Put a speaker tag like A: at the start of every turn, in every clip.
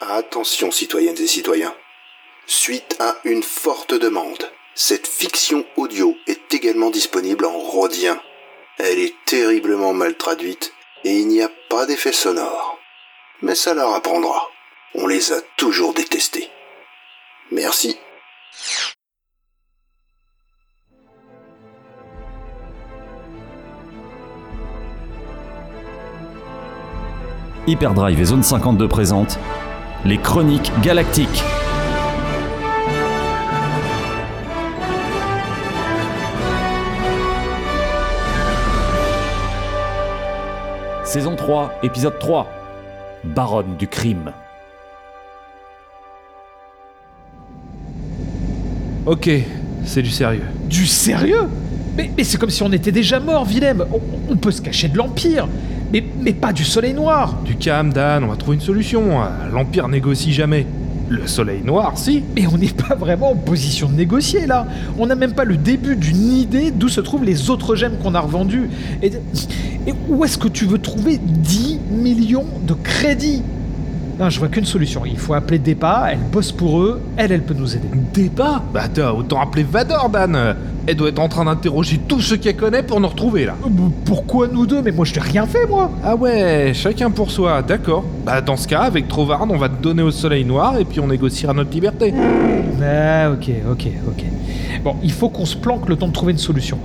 A: Attention, citoyennes et citoyens. Suite à une forte demande, cette fiction audio est également disponible en rhodien. Elle est terriblement mal traduite et il n'y a pas d'effet sonore. Mais ça leur apprendra. On les a toujours détestés. Merci.
B: Hyperdrive et Zone 52 présentent les Chroniques Galactiques. Saison 3, épisode 3. Baronne du crime.
C: Ok, c'est du sérieux.
D: Du sérieux Mais, mais c'est comme si on était déjà mort, Willem. On, on peut se cacher de l'Empire, mais, mais pas du Soleil Noir.
C: Du calme, Dan, on va trouver une solution. Euh, L'Empire négocie jamais. Le soleil noir, si.
D: Mais on n'est pas vraiment en position de négocier là. On n'a même pas le début d'une idée d'où se trouvent les autres gemmes qu'on a revendues. Et, et où est-ce que tu veux trouver 10 millions de crédits Non, je vois qu'une solution. Il faut appeler Dépa, elle bosse pour eux, elle, elle peut nous aider.
C: Débat Bah t'as autant appelé Vador, Dan. Euh, Elle doit être en train d'interroger tout ce qu'elle connaît pour nous retrouver, là.
D: Euh, Pourquoi nous deux Mais moi je t'ai rien fait moi
C: Ah ouais, chacun pour soi, d'accord. Bah dans ce cas, avec Trovard, on va te donner au soleil noir et puis on négociera notre liberté.
D: Ah, ok, ok, ok. Bon, il faut qu'on se planque le temps de trouver une solution.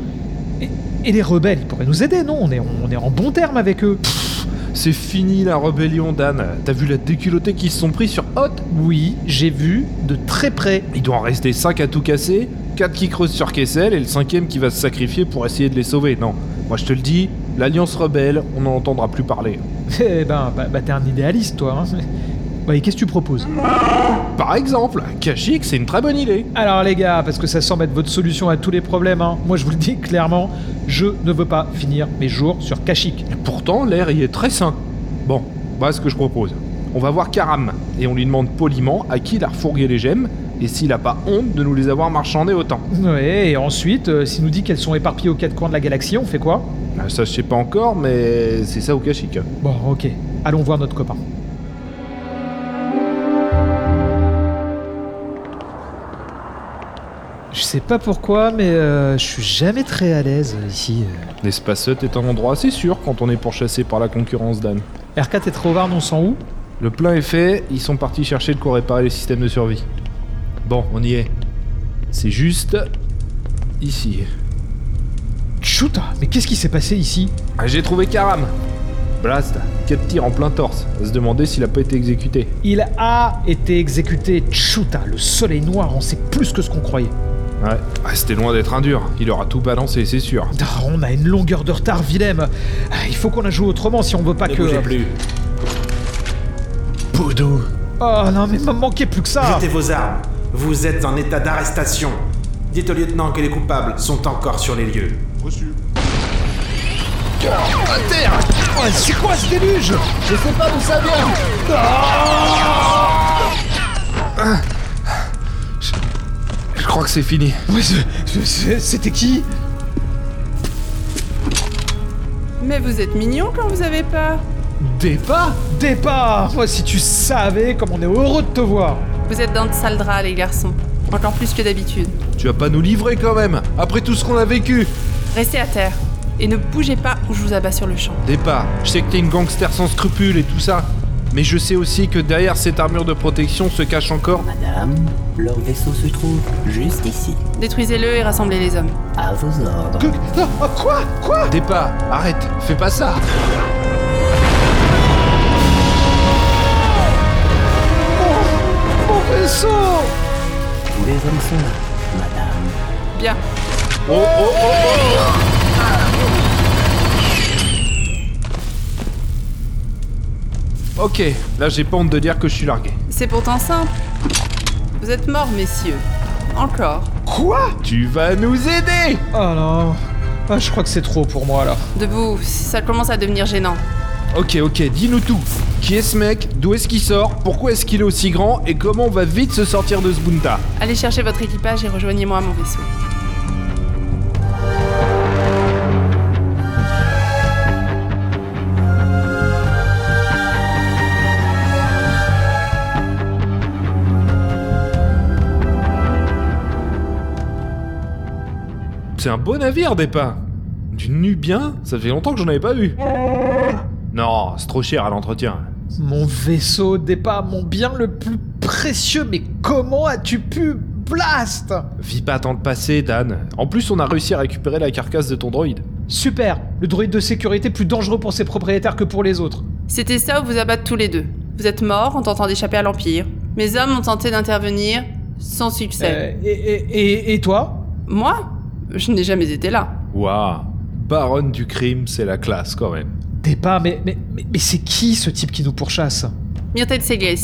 D: Et, et les rebelles, ils pourraient nous aider, non on est, on est en bon terme avec eux.
C: C'est fini la rébellion, Dan. T'as vu la déculottée qu'ils se sont pris sur Hot
D: Oui, j'ai vu de très près.
C: Il doit en rester 5 à tout casser, 4 qui creusent sur Kessel et le cinquième qui va se sacrifier pour essayer de les sauver. Non, moi je te le dis, l'Alliance Rebelle, on n'en entendra plus parler.
D: Eh ben, bah, bah, t'es un idéaliste, toi. hein. Bah, et qu'est-ce que tu proposes
C: Par exemple, Kashyyyk, c'est une très bonne idée.
D: Alors, les gars, parce que ça semble être votre solution à tous les problèmes, hein, moi je vous le dis clairement, je ne veux pas finir mes jours sur Kashyyyk.
C: Et pourtant, l'air y est très sain. Bon, voilà ce que je propose. On va voir Karam et on lui demande poliment à qui il a refourgué les gemmes et s'il a pas honte de nous les avoir marchandées autant.
D: Ouais, et ensuite, euh, s'il nous dit qu'elles sont éparpillées aux quatre coins de la galaxie, on fait quoi
C: Ah, Ça, je sais pas encore, mais c'est ça au Kashyyyk.
D: Bon, ok, allons voir notre copain. Je sais pas pourquoi, mais euh, je suis jamais très à l'aise euh, ici. euh.
C: L'espace Hut est un endroit assez sûr quand on est pourchassé par la concurrence, Dan.
D: R4 et Trovard, on sent où
C: Le plein est fait, ils sont partis chercher de quoi réparer les systèmes de survie. Bon, on y est. C'est juste ici.
D: Shoot Mais qu'est-ce qui s'est passé ici
C: Ah, j'ai trouvé Karam. Blast, 4 tirs en plein torse. À se demander s'il a pas été exécuté.
D: Il a été exécuté. Chuta, le soleil noir, on sait plus que ce qu'on croyait.
C: Ouais. Ah, c'était loin d'être un dur. Il aura tout balancé, c'est sûr.
D: Ah, on a une longueur de retard, Willem. Ah, Il faut qu'on la joue autrement si on veut pas que.
E: plus. Poudou,
D: Oh non, mais il me manquait plus que ça.
E: jetez vos armes. Vous êtes en état d'arrestation. Dites au lieutenant que les coupables sont encore sur les lieux.
D: Ouais, Oh, C'est quoi ce déluge
C: Je crois que c'est fini.
D: Ouais, c'est- c'est- c'est- C'était qui
F: Mais vous êtes mignon quand vous avez peur.
D: Départ Départ Moi, si tu savais comme on est heureux de te voir
F: Vous êtes dans de sales draps, les garçons. Encore plus que d'habitude.
C: Tu vas pas nous livrer quand même, après tout ce qu'on a vécu.
F: Restez à terre. Et ne bougez pas ou je vous abats sur le champ.
C: Départ, je sais que t'es une gangster sans scrupules et tout ça. Mais je sais aussi que derrière cette armure de protection se cache encore.
G: Madame, leur vaisseau se trouve juste ici,
F: Détruisez-le et rassemblez les hommes.
G: à vos ordres.
D: Que- Ah,
C: oh,
D: ah, Quoi Quoi
C: Départ, arrête, fais pas ça.
D: Mon vaisseau
G: Tous les hommes sont là, madame.
F: Bien.
C: Oh, oh, oh, oh. Ok, là j'ai pas honte de dire que je suis largué.
F: C'est pourtant simple. Vous êtes morts, messieurs. Encore.
D: Quoi
C: Tu vas nous aider
D: Oh non Ah, Je crois que c'est trop pour moi là.
F: Debout, ça commence à devenir gênant.
C: Ok, ok, dis-nous tout. Qui est ce mec D'où est-ce qu'il sort Pourquoi est-ce qu'il est aussi grand Et comment on va vite se sortir de ce bunta
F: Allez chercher votre équipage et rejoignez-moi à mon vaisseau.
C: c'est un beau navire, Dépa. Du Nubien Ça fait longtemps que j'en avais pas vu. Non, c'est trop cher à l'entretien.
D: Mon vaisseau dépa mon bien le plus précieux, mais comment as-tu pu Blast
C: Vis pas tant le passé, Dan. En plus, on a réussi à récupérer la carcasse de ton droïde.
D: Super Le droïde de sécurité plus dangereux pour ses propriétaires que pour les autres.
F: C'était ça ou vous abattre tous les deux. Vous êtes morts en tentant d'échapper à l'Empire. Mes hommes ont tenté d'intervenir sans succès.
D: Euh, et, et- et- et toi
F: Moi Je n'ai jamais été là.
C: Waouh. Baronne du crime, c'est la classe quand même.
D: Dépa, mais, mais, mais, mais c'est qui ce type qui nous pourchasse
F: Myrtle Segles.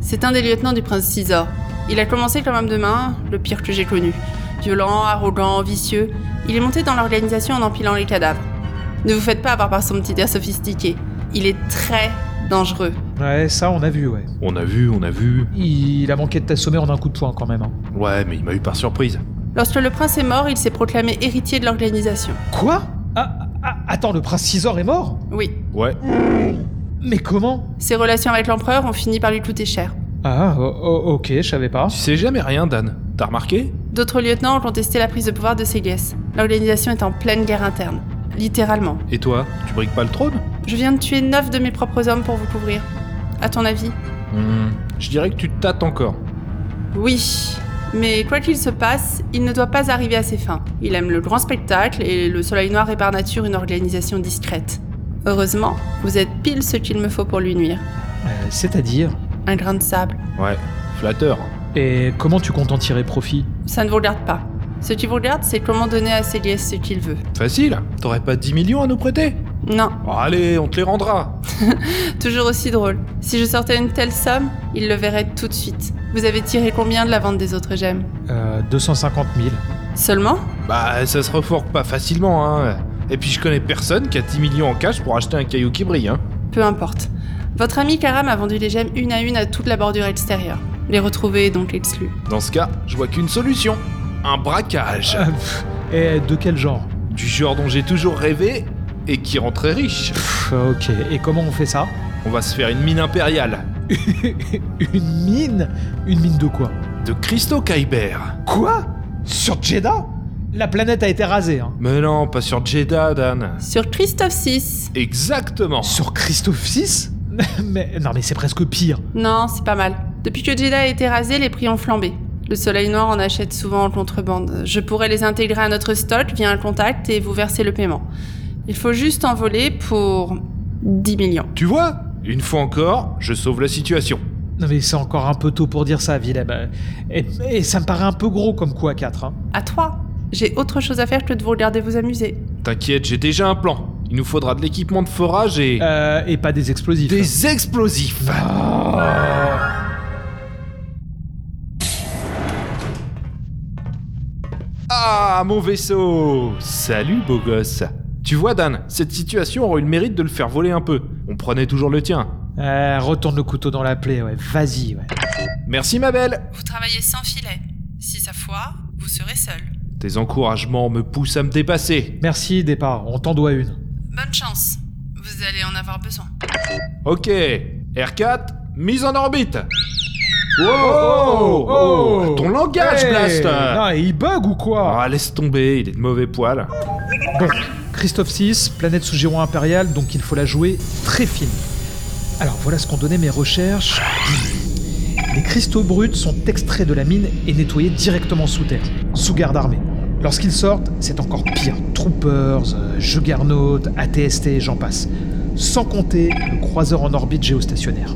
F: C'est un des lieutenants du prince Caesar. Il a commencé comme homme de main, le pire que j'ai connu. Violent, arrogant, vicieux, il est monté dans l'organisation en empilant les cadavres. Ne vous faites pas avoir par son petit air sophistiqué. Il est très dangereux.
D: Ouais, ça on a vu, ouais.
C: On a vu, on a vu.
D: Il a manqué de t'assommer en un coup de poing quand même. hein.
C: Ouais, mais il m'a eu par surprise.
F: Lorsque le prince est mort, il s'est proclamé héritier de l'organisation.
D: Quoi Ah, ah, Attends, le prince Cisor est mort
F: Oui,
C: Ouais.
D: Mais comment
F: ses relations avec l'empereur ont fini par lui coûter cher.
D: Ah, o- o- ok, je savais pas.
C: Tu sais jamais rien, Dan. T'as remarqué
F: D'autres lieutenants ont contesté la prise de pouvoir de Segles. L'organisation est en pleine guerre interne. Littéralement.
C: Et toi, tu briques pas le trône
F: Je viens de tuer neuf de mes propres hommes pour vous couvrir. À ton avis
C: Hmm, Je dirais que tu tâtes encore.
F: Oui, mais quoi qu'il se passe, il ne doit pas arriver à ses fins. Il aime le grand spectacle et le Soleil Noir est par nature une organisation discrète. Heureusement, vous êtes pile ce qu'il me faut pour lui nuire.
D: Euh, C'est-à-dire
F: Un grain de sable.
C: Ouais, flatteur.
D: Et comment tu comptes en tirer profit
F: Ça ne vous regarde pas. Ce qui vous regarde, c'est comment donner à Céliès ce qu'il veut.
C: Facile. T'aurais pas 10 millions à nous prêter
F: Non,
C: Oh, Allez, on te les rendra.
F: toujours aussi drôle. Si je sortais une telle somme, il le verrait tout de suite. Vous avez tiré combien de la vente des autres gemmes
D: euh, 250 000.
F: Seulement
C: Bah, ça se reforque pas facilement, hein. Et puis je connais personne qui a 10 millions en cash pour acheter un caillou qui brille, hein.
F: Peu importe. Votre ami Karam a vendu les gemmes une à une à toute la bordure extérieure. Les retrouver est donc exclu.
C: Dans ce cas, je vois qu'une solution. Un braquage.
D: Euh, pff, Et de quel genre
C: Du genre dont j'ai toujours rêvé et qui rend très riche.
D: Pff, Ok, et comment on fait ça
C: On va se faire une mine impériale.
D: Une mine Une mine de quoi
C: De cristaux Kyber.
D: Quoi Sur Jeddah La planète a été rasée. Hein.
C: Mais non, pas sur Jeddah, Dan.
F: Sur Christophe 6.
C: Exactement.
D: Sur Christophe 6 mais, Non mais c'est presque pire.
F: Non, c'est pas mal. Depuis que Jeddah a été rasé, les prix ont flambé. Le Soleil Noir en achète souvent en contrebande. Je pourrais les intégrer à notre stock via un contact et vous verser le paiement. Il faut juste en voler pour 10 millions.
C: Tu vois Une fois encore, je sauve la situation.
D: Non mais c'est encore un peu tôt pour dire ça, Willem. Euh, Et, et ça me paraît un peu gros comme coup à 4. Hein.
F: À 3. J'ai autre chose à faire que de vous regarder vous amuser.
C: T'inquiète, j'ai déjà un plan. Il nous faudra de l'équipement de forage et...
D: Euh, et pas des explosifs.
C: Des explosifs Ah, mon vaisseau Salut, beau gosse Tu vois, Dan, cette situation aurait eu le mérite de le faire voler un peu. On prenait toujours le tien.
D: Euh, retourne le couteau dans la plaie, ouais. Vas-y, ouais.
C: Merci, ma belle
F: Vous travaillez sans filet. Si ça foire, vous serez seul.
C: Tes encouragements me poussent à me dépasser.
D: Merci, départ. On t'en doit une.
F: Bonne chance. Vous allez en avoir besoin.
C: Ok, R4, mise en orbite
D: oh, oh.
C: Ton langage,
D: Hey
C: Blaster
D: Non, et il bug ou quoi
C: Ah, laisse tomber, il est de mauvais poil.
D: Bon, Christophe 6, planète sous giron impérial, donc il faut la jouer très fine. Alors voilà ce qu'ont donné mes recherches. Les cristaux bruts sont extraits de la mine et nettoyés directement sous terre, sous garde armée. Lorsqu'ils sortent, c'est encore pire. Troopers, euh, Juggernaut, ATST, et j'en passe. Sans compter le croiseur en orbite géostationnaire.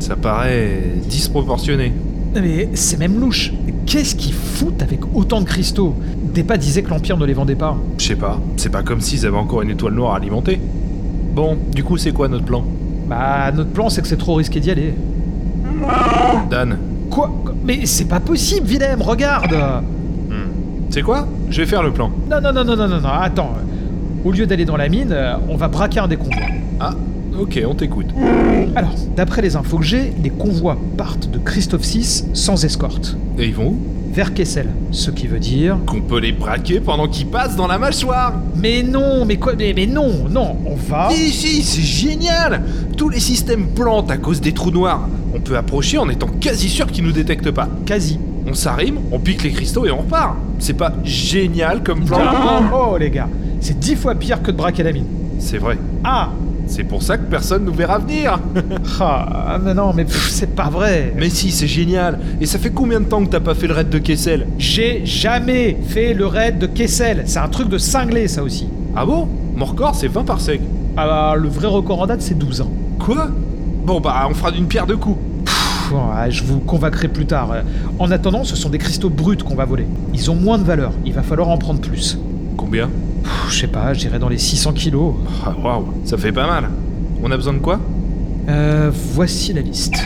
C: Ça paraît disproportionné.
D: Non, Mais c'est même louche. Qu'est-ce qu'ils foutent avec autant de cristaux Dépa disait que l'Empire ne les vendait pas.
C: Je sais pas, c'est pas comme s'ils avaient encore une étoile noire alimentée. Bon, du coup, c'est quoi notre plan
D: Bah, notre plan, c'est que c'est trop risqué d'y aller.
C: Dan,
D: Quoi Mais c'est pas possible, Willem, regarde
C: c'est quoi Je vais faire le plan.
D: Non, non, non, non, non, non, non, attends. Au lieu d'aller dans la mine, euh, on va braquer un des convois.
C: Ah, ok, on t'écoute.
D: Alors, d'après les infos que j'ai, les convois partent de Christophe 6 sans escorte.
C: Et ils vont où
D: Vers Kessel, ce qui veut dire...
C: Qu'on peut les braquer pendant qu'ils passent dans la mâchoire
D: Mais non, mais quoi Mais, mais non, non, on va...
C: Si, si, c'est génial Tous les systèmes plantent à cause des trous noirs. On peut approcher en étant quasi sûr qu'ils nous détectent pas.
D: Quasi.
C: On s'arrime, on pique les cristaux et on repart. C'est pas génial comme plan.
D: Oh, oh, les gars, c'est dix fois pire que de braquer la mine.
C: C'est vrai.
D: Ah
C: C'est pour ça que personne nous verra venir.
D: Ah, mais non, mais pff, c'est pas vrai.
C: Mais si, c'est génial. Et ça fait combien de temps que t'as pas fait le raid de Kessel
D: J'ai jamais fait le raid de Kessel. C'est un truc de cinglé, ça aussi.
C: Ah bon Mon record, c'est 20 par sec.
D: Ah bah, le vrai record en date, c'est 12 ans.
C: Quoi Bon bah, on fera d'une pierre deux coups.
D: Pff, ah, je vous convaincrai plus tard. Euh, En attendant, ce sont des cristaux bruts qu'on va voler. Ils ont moins de valeur. Il va falloir en prendre plus.
C: Combien
D: Pff, Je sais pas, je dirais dans les 600 kilos.
C: Ah waouh, ça fait pas mal. On a besoin de quoi
D: Euh, voici la liste.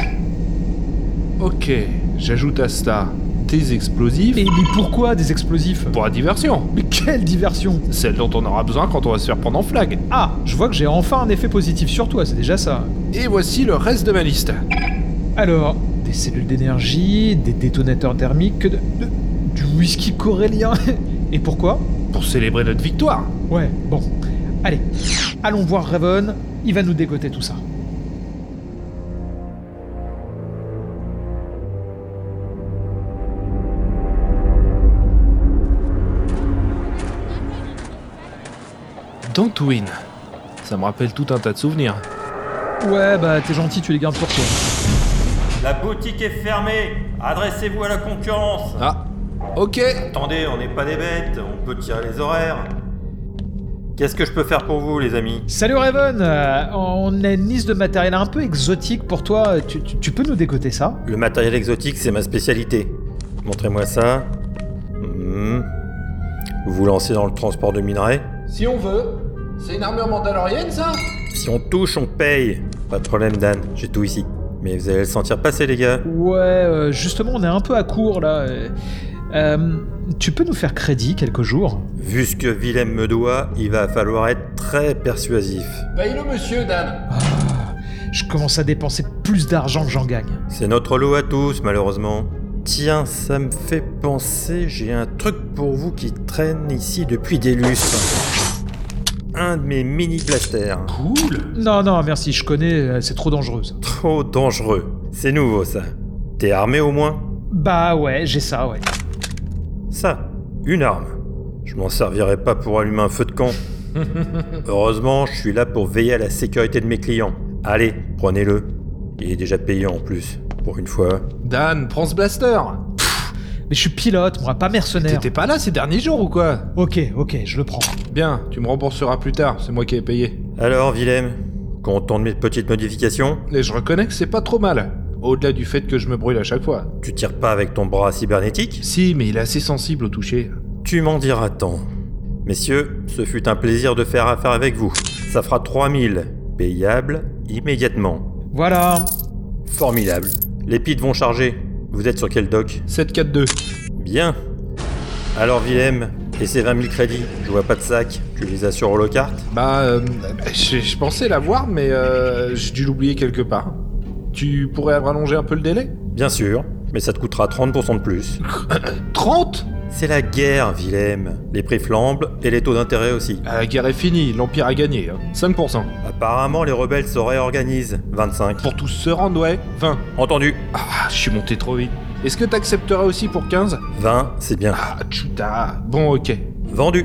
C: Ok, j'ajoute à ça tes explosifs
D: Et mais pourquoi des explosifs
C: pour la diversion.
D: Mais quelle diversion
C: Celle dont on aura besoin quand on va se faire prendre en flag.
D: Ah, je vois que j'ai enfin un effet positif sur toi, c'est déjà ça.
C: Et voici le reste de ma liste.
D: Alors, des cellules d'énergie, des détonateurs thermiques, de- de- du whisky corélien. Et pourquoi
C: Pour célébrer notre victoire.
D: Ouais, bon. Allez, allons voir Raven, il va nous dégoter tout ça.
C: Dantooine. Ça me rappelle tout un tas de souvenirs.
D: Ouais, bah t'es gentil, tu les gardes pour toi.
H: La boutique est fermée. Adressez-vous à la concurrence.
C: Ah, ok.
H: Attendez, on n'est pas des bêtes. On peut tirer les horaires. Qu'est-ce que je peux faire pour vous, les amis
D: Salut Raven, euh, on a une liste de matériel un peu exotique pour toi, tu, tu- tu peux nous dégoter ça
H: Le matériel exotique, c'est ma spécialité. Montrez-moi ça. Hmm. Vous vous lancez dans le transport de minerais
C: Si on veut. C'est une armure mandalorienne, ça
H: Si on touche, on paye. Pas de problème, Dan. J'ai tout ici. Mais vous allez le sentir passer, les gars.
D: Ouais, euh, justement, on est un peu à court là. euh. Euh, tu peux nous faire crédit quelques jours
H: Vu ce que Willem me doit, il va falloir être très persuasif.
I: Paye-le, monsieur, Dan.
D: Je commence à dépenser plus d'argent que j'en gagne.
H: C'est notre lot à tous, malheureusement. Tiens, ça me fait penser, j'ai un truc pour vous qui traîne ici depuis des lustres. Un de mes mini blasters.
C: Cool.
D: Non, non, merci, je connais, euh, c'est trop dangereux. ça.
H: Trop dangereux. C'est nouveau ça. T'es armé au moins
D: Bah ouais, j'ai ça, ouais.
H: Ça, une arme. Je m'en servirai pas pour allumer un feu de camp. Heureusement, je suis là pour veiller à la sécurité de mes clients. Allez, prenez-le. Il est déjà payant en plus, pour une fois.
C: Dan, prends ce blaster.
D: Mais je suis pilote, moi, pas mercenaire.
C: T'étais pas là ces derniers jours ou quoi
D: Ok, ok, je le prends.
C: Bien, tu me rembourseras plus tard, c'est moi qui ai payé.
H: Alors, Willem, content de mes petites modifications
C: Et je reconnais que c'est pas trop mal. Au-delà du fait que je me brûle à chaque fois.
H: Tu tires pas avec ton bras cybernétique
C: Si, mais il est assez sensible au toucher.
H: Tu m'en diras tant. Messieurs, ce fut un plaisir de faire affaire avec vous. Ça fera 3000, payables immédiatement.
D: Voilà.
H: Formidable. Les pites vont charger. Vous êtes sur quel doc
C: 7-4-2.
H: Bien. Alors Willem, et ces 20 000 crédits, je vois pas de sac, tu les as sur Holocart
C: Bah, euh, je je pensais l'avoir, mais euh, j'ai dû l'oublier quelque part. Tu pourrais rallonger un peu le délai
H: Bien sûr, mais ça te coûtera 30% de plus.
C: 30
H: C'est la guerre, Willem. Les prix flambent et les taux d'intérêt aussi.
C: Ah, La guerre est finie, l'Empire a gagné. hein. 5%.
H: Apparemment, les rebelles se réorganisent. 25.
C: Pour tous se rendre, ouais, 20.
H: Entendu.
C: Ah, je suis monté trop vite. Est-ce que t'accepteras aussi pour 15
H: 20, c'est bien.
C: Ah, chuta. Bon, ok.
H: Vendu.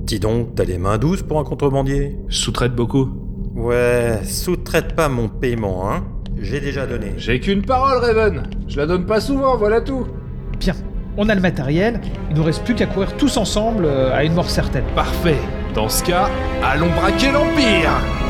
H: Dis donc, t'as les mains douces pour un contrebandier
C: Je sous-traite beaucoup.
H: Ouais, sous-traite pas mon paiement, hein J'ai déjà donné.
C: J'ai qu'une parole, Raven. Je la donne pas souvent, voilà tout.
D: Bien. On a le matériel, il nous reste plus qu'à courir tous ensemble euh, à une mort certaine.
C: Parfait. Dans ce cas, allons braquer l'Empire